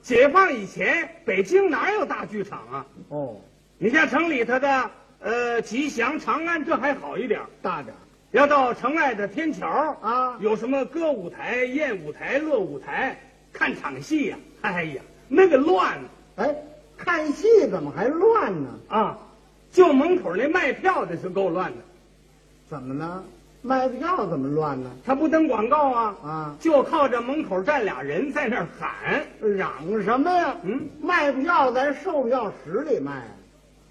解放以前，北京哪有大剧场啊？哦，你像城里头的，呃，吉祥、长安这还好一点儿，大点儿要到城外的天桥啊有什么歌舞台、艳舞台、乐舞台，看场戏呀、哎呀，那个乱哎，看戏怎么还乱呢？啊！就门口那卖票的是够乱的，怎么呢？卖票怎么乱呢？他不登广告啊，啊，就靠着门口站俩人在那儿喊，嚷什么呀？嗯，卖票在售票室里卖啊。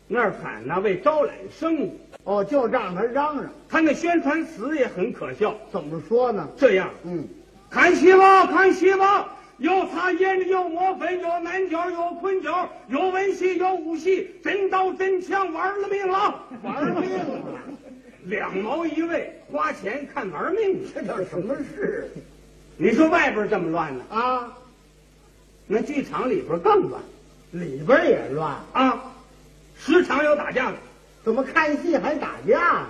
那儿喊呢、为招揽生意。哦，就仗他嚷嚷，他那宣传词也很可笑，怎么说呢？这样。嗯，看戏吧，看戏吧，有擦胭脂，有抹粉，有南角，有昆角，有文戏，有武戏，真刀真枪，玩了命了，玩命啊了，两毛一位，花钱看玩命去。这叫什么事你说外边这么乱呢，啊？那剧场里边更乱里边也乱，啊，时常有打架的，怎么看戏还打架呢？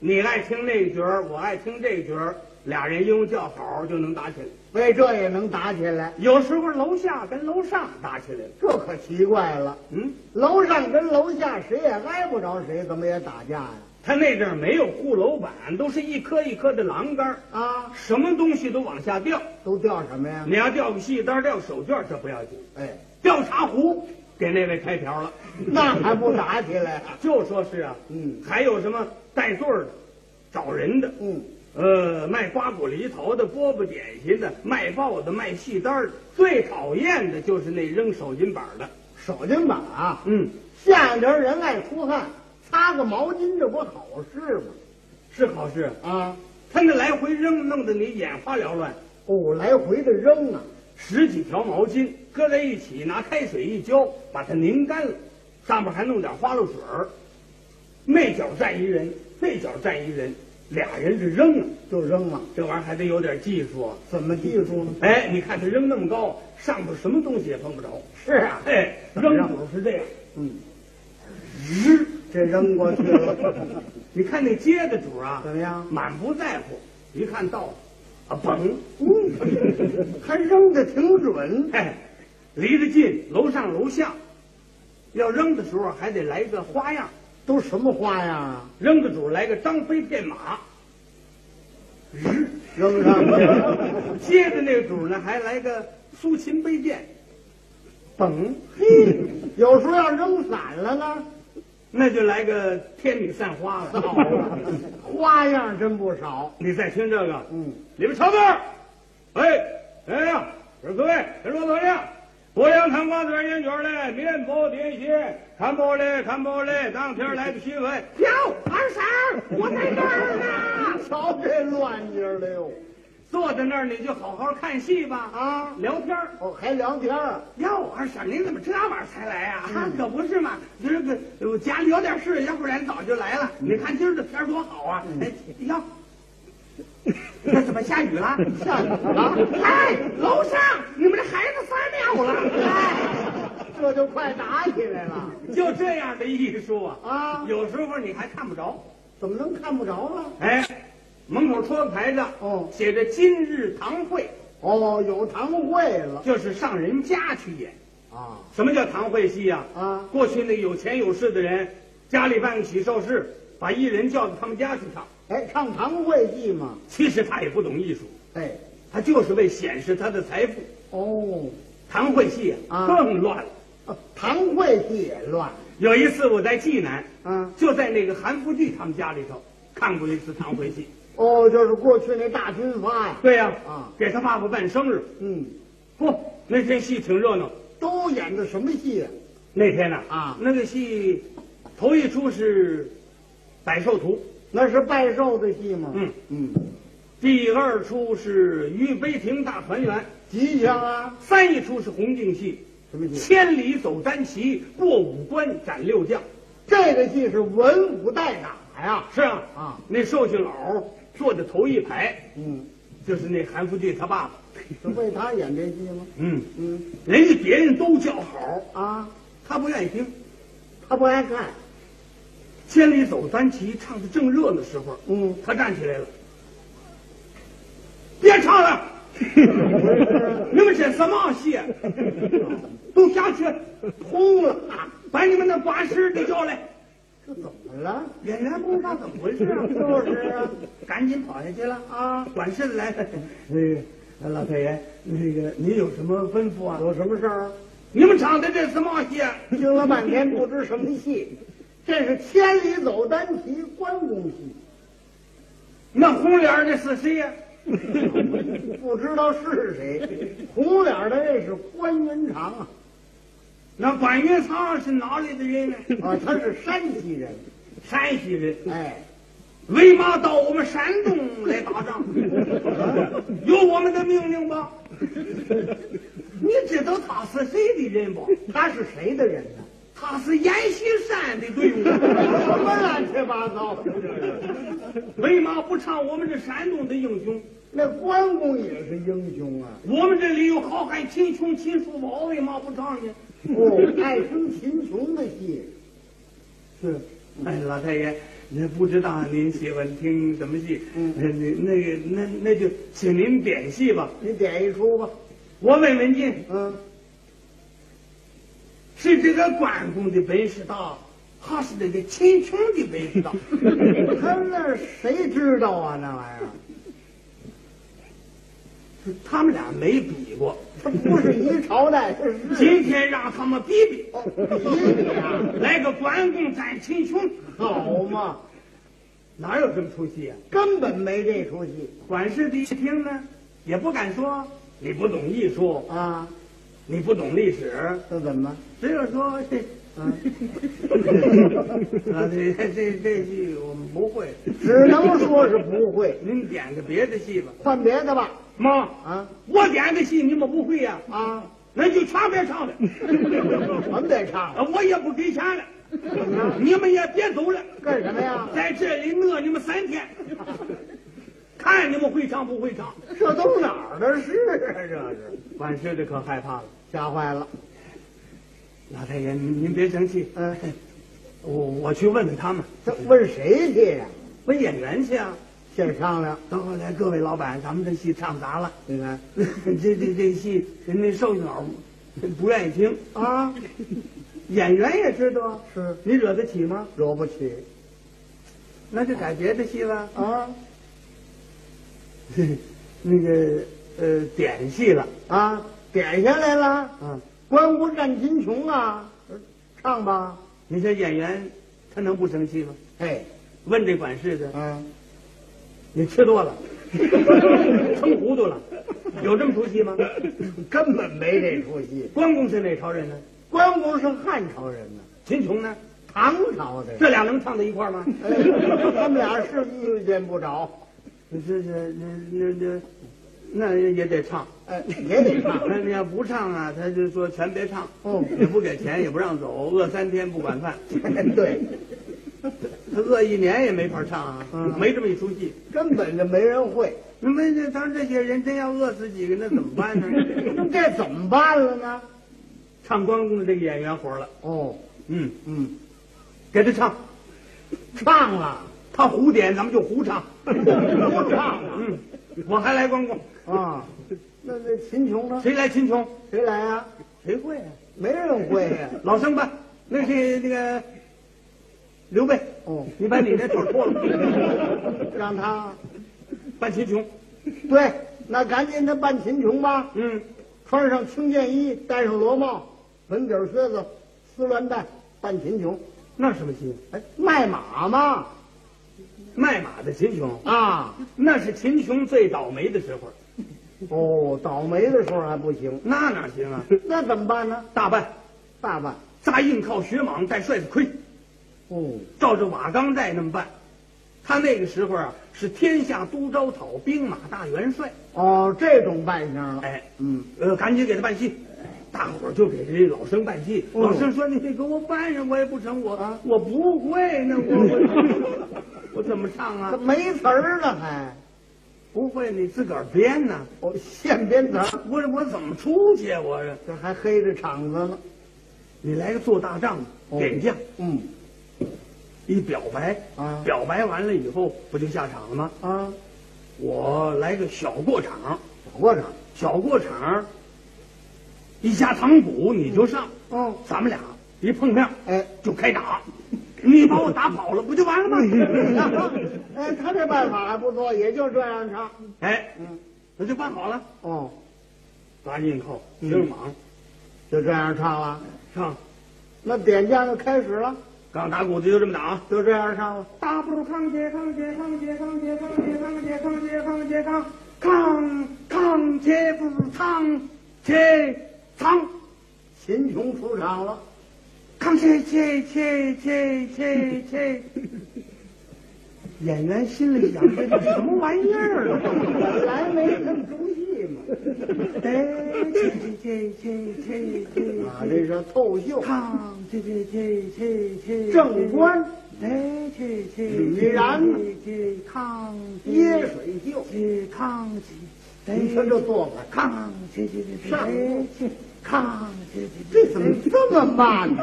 你爱听那角儿，我爱听这角儿，俩人因为叫好就能打起来。为哎这也能打起来，有时候楼下跟楼上打起来了，这可奇怪了。嗯，楼上跟楼下谁也挨不着谁，怎么也打架呀、他那阵儿没有护楼板，都是一颗一颗的栏杆儿。啊，什么东西都往下掉。都掉什么呀？你要掉个戏单、掉手绢，这不要紧；哎，掉茶壶，给那位开瓢了。那还不打起来？ 就说是啊，嗯还有什么带座儿的、找人的，嗯，呃，卖瓜果梨桃的、饽饽点心的、卖报的、卖戏单儿的，最讨厌的就是那扔手巾板儿的。手巾板啊，嗯，下联人爱出汗，擦个毛巾这不好事吗？是好事，啊，他那来回扔，弄得你眼花缭乱。哦，来回的扔啊，十几条毛巾搁在一起，拿开水一浇，把它拧干了，上面还弄点花露水儿。那脚站一人，那脚站一人，俩人是扔啊，就扔了。这玩意儿还得有点技术啊。怎么技术呢？哎，你看他扔那么高，上边什么东西也碰不着。是啊，哎，怎么扔样手是这样， 嗯，日，这扔过去了，你看那街的主啊，怎么样？满不在乎，一看到了，啊嘣，嗯，还扔的挺准。哎，离得近，楼上楼下，要扔的时候还得来个花样。都什么花样啊？扔个主来个张飞骗马，扔上去 了，接着那个主呢还来个苏秦背剑，甭嘿，有时候要扔散了呢。那就来个天女散花了。啊花样真不少。你再听这个，嗯，你们瞧这儿，哎哎呀，我说各位，谁说怎么样？鄱阳糖瓜子烟卷嘞，面包点心，看包嘞，看包嘞，当天来个新闻。哟，二婶儿，我在这儿 呢。瞧这乱劲儿了哟！坐在那儿你就好好看戏吧，啊聊天儿。哦，还聊天儿啊？哟，二婶，您怎么这晚才来呀、嗯啊？可不是嘛，这个呃我家里有点事，要不然早就来了。嗯你看今儿这天儿多好啊！哎，哟，那怎么下雨了？下雨了哎，楼上你们这孩子撒尿了！哎，这就快打起来了就这样的艺术啊，啊！有时候你还看不着。怎么能看不着了？哎，门口戳个牌子，哦写着“今日堂会哦，有堂会”，了就是上人家去演。啊什么叫堂会戏呀、啊！过去那有钱有势的人，家里办个喜寿事，把艺人叫到他们家去唱。哎，唱堂会戏嘛。其实他也不懂艺术，哎，他就是为显示他的财富。哦，堂会戏啊更乱了。啊堂会戏也乱有一次我在济南，啊。就在那个韩复榘他们家里头看过一次堂会 戏。哦，就是过去那大军阀呀。对呀、啊给他爸爸办生日，嗯，不，那天戏挺热闹。都演的什么戏啊？那天呢啊那个戏头一出是《百寿图那是拜寿的戏吗？嗯嗯，》，第二出是《玉杯亭大团圆》。吉祥啊，三一出是红净戏，什么戏？千里走单骑，过五关斩六将。这个戏是文武代打呀。是啊，啊，那寿星老坐在头一排，嗯，就是那韩复榘他爸爸。是为他演这戏吗？嗯，嗯人家别人都叫好，啊，他不愿意听。他不爱看。千里走单骑唱的正热的时候，嗯，他站起来了，别唱了，你们这什么戏？啊 都想去通了，把你们那八十的叫来，这怎么了？演员不知道怎么回事啊， 就是啊，赶紧跑下去了啊！管事的来，哎那个老太爷，那个您有什么吩咐啊？有什么事儿？你们唱的这什么戏？啊听了半天不知什么戏，这是千里走单骑关公戏，那红脸儿的是谁呀、不知道是谁。红脸儿的这是关云长啊，那板云长是哪里的人呢？啊，他是山西人，山西人。哎，为嘛到我们山东来打仗？ 有我们的命令吧？ 你知道他是谁的人不？他是谁的人呢？他是阎锡山的队伍，什么 乱七八糟的？为嘛不唱我们这山东的英雄？那关公也是英雄啊！我们这里有好汉秦琼、秦叔宝，为嘛不唱呢？哦，爱听秦琼的戏，是哎，老太爷，那不知道您喜欢听什么戏？嗯那那个那那就请您点戏吧。你点一出吧。我问问您，嗯，是这个关公的本事大，还是这个秦琼的本事大？ 他那谁知道啊？那玩意儿，他们俩没比过，他不是一朝代，这是 今天让他们比比，你呀，来个关公战秦琼，好嘛，哪有这么出戏啊？根本没这出戏管事的一听呢，也不敢说你不懂艺术，啊！你不懂历史，这怎么？只有说这，嗯、 啊，这这这戏我们不会，只能说是不会，您点个别的戏吧。换别的吧。妈，啊我点的戏你们不会呀、啊， 那就全别唱了，我们得唱啊我也不给钱了，你们也别走了。干什么呀？在这里饿你们三天，看你们会唱不会唱。这都哪儿的事啊？这是管事的可害怕了，吓坏了。老太爷，您您别生气，嗯、我我去问问他们，这问谁去呀、问演员去啊。先商量。到后来，各位老板，咱们这戏唱砸了， 你看这这这戏人家寿星老不愿意听，啊，演员也知道，啊，是你惹得起吗？惹不起那就改别的戏了，啊 那个呃点戏了，啊！点下来了，啊，关公战秦琼啊，唱吧。你说演员他能不生气吗？哎，问这管事的，嗯，你吃多了， 撑糊涂了，有这么出戏吗？根本没这出戏。关公是哪朝人呢？关公是汉朝人呢，秦琼呢？唐朝的人。这俩能唱到一块儿 吗？哎他们俩是遇见不着，这这这那那那也得唱，哎，也得唱。那你要不唱啊，他就说全别唱，哦也不给钱，也不让走，饿三天不管饭，对，他饿一年也没法唱啊，嗯没这么一出戏。根本就没人会，那么这咱这些人真要饿死几个，那怎么办呢？那这怎么办了呢？ 唱关公的这个演员活了，哦，嗯，嗯，给他唱，唱了，他胡点咱们就胡 唱，不唱了嗯，我还来关公，啊。那那秦琼呢？谁来秦琼？谁来呀、谁会啊？没人会呀、老生吧，那是那个刘备。哦，你把你那腿脱了， 让他扮秦琼。对，那赶紧的扮秦琼吧，嗯，穿上青箭衣，戴上罗帽，文底儿靴子，丝鸾带，扮秦琼。那什么戏？哎，卖马嘛卖马的秦琼，啊！那是秦琼最倒霉的时候，哦，倒霉的时候还不行，那哪行啊？那怎么办呢？大办大办扎硬靠雪蟒，戴帅子盔，哦，照着瓦岗寨那么办。他那个时候啊，是天下都招讨，兵马大元帅。哦，这种扮相了。哎，嗯，呃，赶紧给他办戏。大伙儿就给这老生办戏。嗯老生说：“你给我办上，我也不成，我、啊我不会呢，我我 我怎么唱啊这？没词儿了还，不会，你自个儿编呐。哦，现编词儿，我我怎么出去啊？我这这还黑着场子呢。你来个做大帐的，哦给人家嗯一表白啊表白完了以后不就下场了吗？啊，我来个小过场，过场。小过场，一下堂鼓你就上，嗯，咱们俩一碰面哎， 就开打，你把我打跑了不就完 了吗？哎，他这办法还不错，也就这样唱。哎，嗯，那就办好了，哦，抓紧扣，接着忙就这样唱了。上，那点将就开始了，刚打鼓的就这么打啊。就这样唱了。大步抗解抗解抗解抗解抗解抗解抗解抗解抗抗抗解不抗解抗秦琼出场了，抗切切切切切切。演员心里想：这是什么玩意儿啊？本来没看出戏嘛。哎，切切切切切啊，这是透秀，抗切切切切切。正官哎，切切吕然切抗椰水秀，去抗击，您瞧这做法，抗去去去上路去，抗去去这怎么这么慢呢？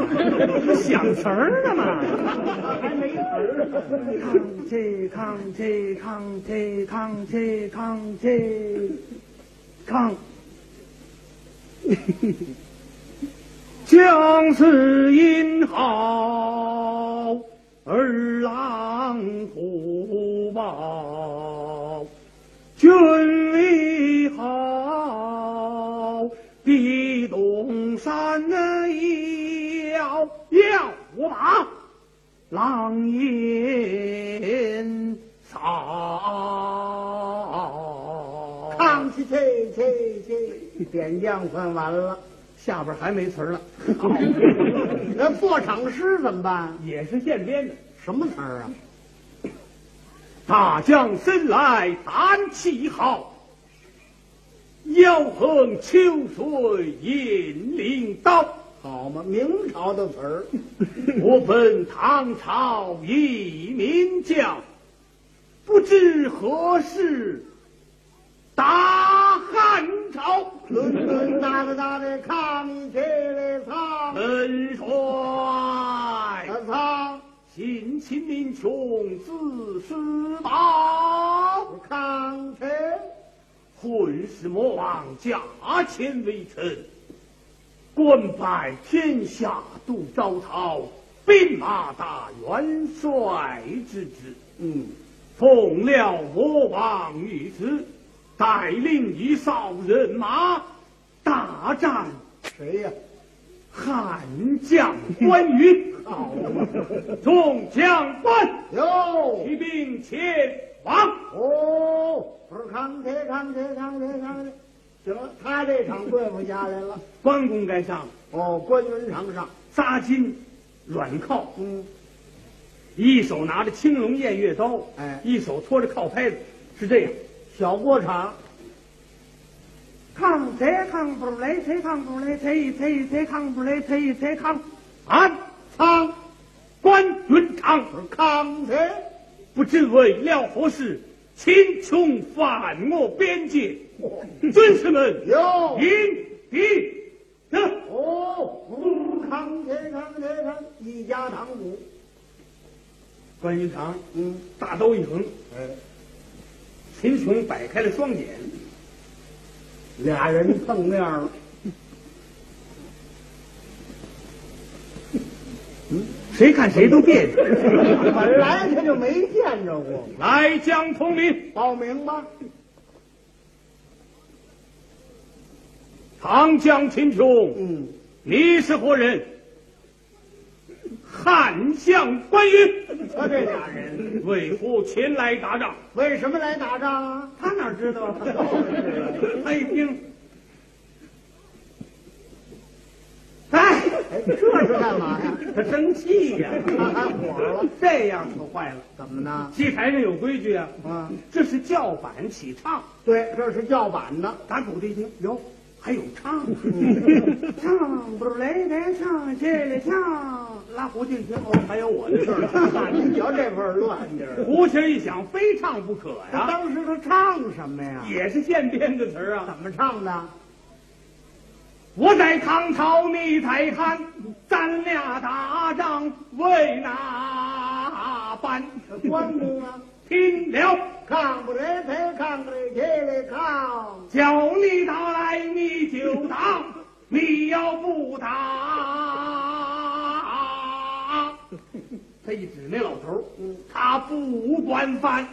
去，想词儿呢嘛？还没词儿呢。抗去抗去抗去抗去抗去抗，将士因好而狼虎豹。君为好，地动山摇摇我马，狼烟扫。唱起去去去，点将算完了，下边还没词 儿了，那做场诗怎么办？也是现编的。什么词儿啊？大将身来胆气浩，腰横秋水引领刀。好嘛，明朝的词儿，我本唐朝一名将，不知何事打汉朝。伦敦大个大的抗起来唱，本帅他唱，辛勤民穷自私保，抗起，混世魔王假钱为臣，官拜天下度招讨，兵马大元帅之职。嗯，奉了魔王御旨，带领一哨人马大战谁呀、汉将关羽。好众将官哟，起兵前往。哦，不是抗起抗起抗起抗起，行了，他这场对付下来了。关公该上了，哦，关云长上，扎金软靠，嗯，一手拿着青龙偃月刀，哎一手托着靠拍子，是这样。小过场，抗谁抗不来，谁抗不来，谁谁谁抗不来，谁谁抗。俺唱，关云长。不是抗起，不知为了何事，秦琼犯我边界，军士们哟，迎敌人。哦，康天康天康，一家堂鼓。关云长嗯，大刀一横，哎，秦琼摆开了双眼，俩人碰面了。谁看谁都别扭。 本来他就没见着过，来将统领，报名吧。长江秦琼，嗯，你是何人？汉相关羽，他这俩人为何前来打仗？为什么来打仗啊？他哪知道啊？ 他一听， 哎，哎，这是干嘛呀？他生气呀、他还火 了，啊这样可坏了。怎么呢？戏台上有规矩啊，啊，这是叫板起唱。对，这是叫板的。打鼓的一听，哟，还有 唱啊，唱不来来唱，这来唱。拉胡琴一听，哦，还有我的事儿呢。 你瞧这份儿乱劲儿，胡琴一想，非唱不可他呀、 当时他唱什么呀？也是现编的词儿啊怎。么唱的？我在唐朝，你在汉，咱俩打仗为哪般？关公啊，听了炕不来抬，炕不来抬来炕。叫你打来你就打，你要不 打，他一指那老头儿，他不管饭。